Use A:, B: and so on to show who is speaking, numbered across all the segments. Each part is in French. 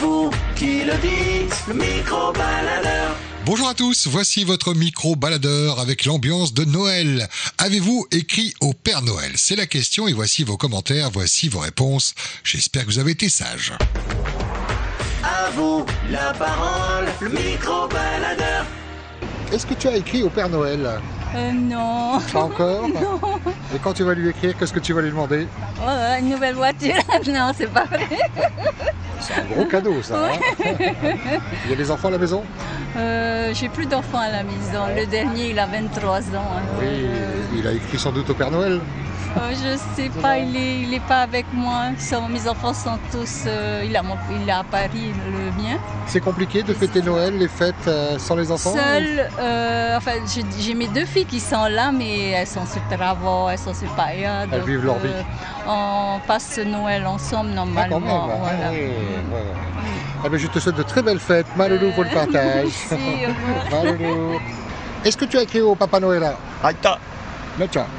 A: vous qui le dites, le micro-baladeur.
B: Bonjour à tous, voici votre micro baladeur avec l'ambiance de Noël. Avez-vous écrit au Père Noël C'est la question et voici vos commentaires, voici vos réponses. J'espère que vous avez été sages.
A: À vous la parole, le micro-baladeur.
C: Est-ce que tu as écrit au Père Noël
D: Euh, non.
C: Pas encore
D: Non.
C: Et quand tu vas lui écrire, qu'est-ce que tu vas lui demander
D: Oh, euh, une nouvelle voiture. non, c'est pas vrai.
C: C'est un gros cadeau ça. hein Il y a des enfants à la maison
D: Euh, J'ai plus d'enfants à la maison. Le dernier, il a 23 ans. alors,
C: Oui,
D: euh,
C: il a écrit sans doute au Père Noël.
D: euh, je sais pas, il est, il est pas avec moi. Ils sont- mes enfants sont tous. euh, il, a mon- il est à Paris, le mien.
C: C'est compliqué de fêter Noël, les fêtes euh, sans les enfants
D: Seul, euh, enfin, j'ai j'ai mes deux filles qui sont là, mais elles sont sur travaux, elles sont sur paillades.
C: Elles vivent leur vie.
D: on passe Noël ensemble
C: Ah, quand même.
D: normalement.
C: ah,
D: voilà.
C: oui, ouais, ouais. Ah, ben, je te souhaite de très belles fêtes. Maloulou pour Ah, le
D: Euh,
C: partage.
D: merci, au revoir.
C: Maloulou. Est-ce que tu as écrit au Papa Noël là
E: Aïta,
C: Mais tiens,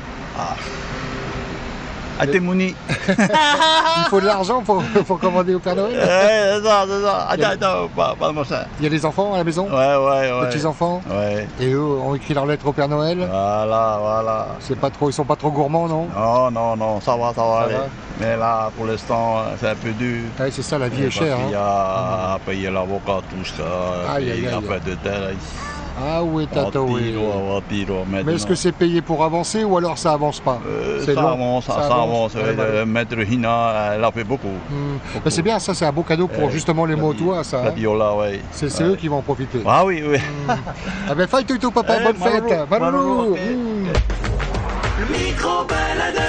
E: Atemouni.
C: il faut de l'argent pour, pour commander au Père Noël.
E: Ouais, Eh, c'est ça, c'est ça. Attends, attends, pas, pas de ça.
C: Il y a des enfants à la maison
E: Ouais, ouais, ouais.
C: Petits-enfants
E: Ouais.
C: Et eux ont Euh, écrit leur lettre au Père Noël
E: Voilà, voilà.
C: C'est pas trop, ils sont pas trop gourmands, non
E: Non, non, non, ça va, ça va
C: Ça
E: aller.
C: va
E: Mais là, pour l'instant, c'est un peu dur.
C: Ouais, c'est ça, la vie est
E: Parce
C: chère.
E: qu'il y
C: hein.
E: a à payer l'avocat, tout ça,
C: Aïe,
E: payer
C: aïe,
E: les
C: aïe.
E: affaires de terre.
C: Ah oui, tata, oui.
E: Tiro, tiro,
C: Mais est-ce que c'est payé pour avancer ou alors ça avance pas
E: Euh, ça,
C: C'est long,
E: avance, ça,
C: ça
E: avance.
C: avance, ouais,
E: Euh,
C: ouais.
E: Maître Hina, elle a fait beaucoup.
C: Hmm. Bah, C'est bien, ça c'est un beau cadeau pour
E: Euh,
C: justement les
E: la
C: mots
E: bi-
C: toi, ça.
E: La
C: hein.
E: Biola, ouais.
C: C'est c'est
E: Ouais.
C: eux qui vont en profiter.
E: Ah oui, oui.
C: Ah ben, fais tout, tout, papa,
E: Eh,
C: bonne
E: Malolo,
C: fête. Malolo.
E: Malolo, ok.
C: Hmm.
A: Le micro-baladeur.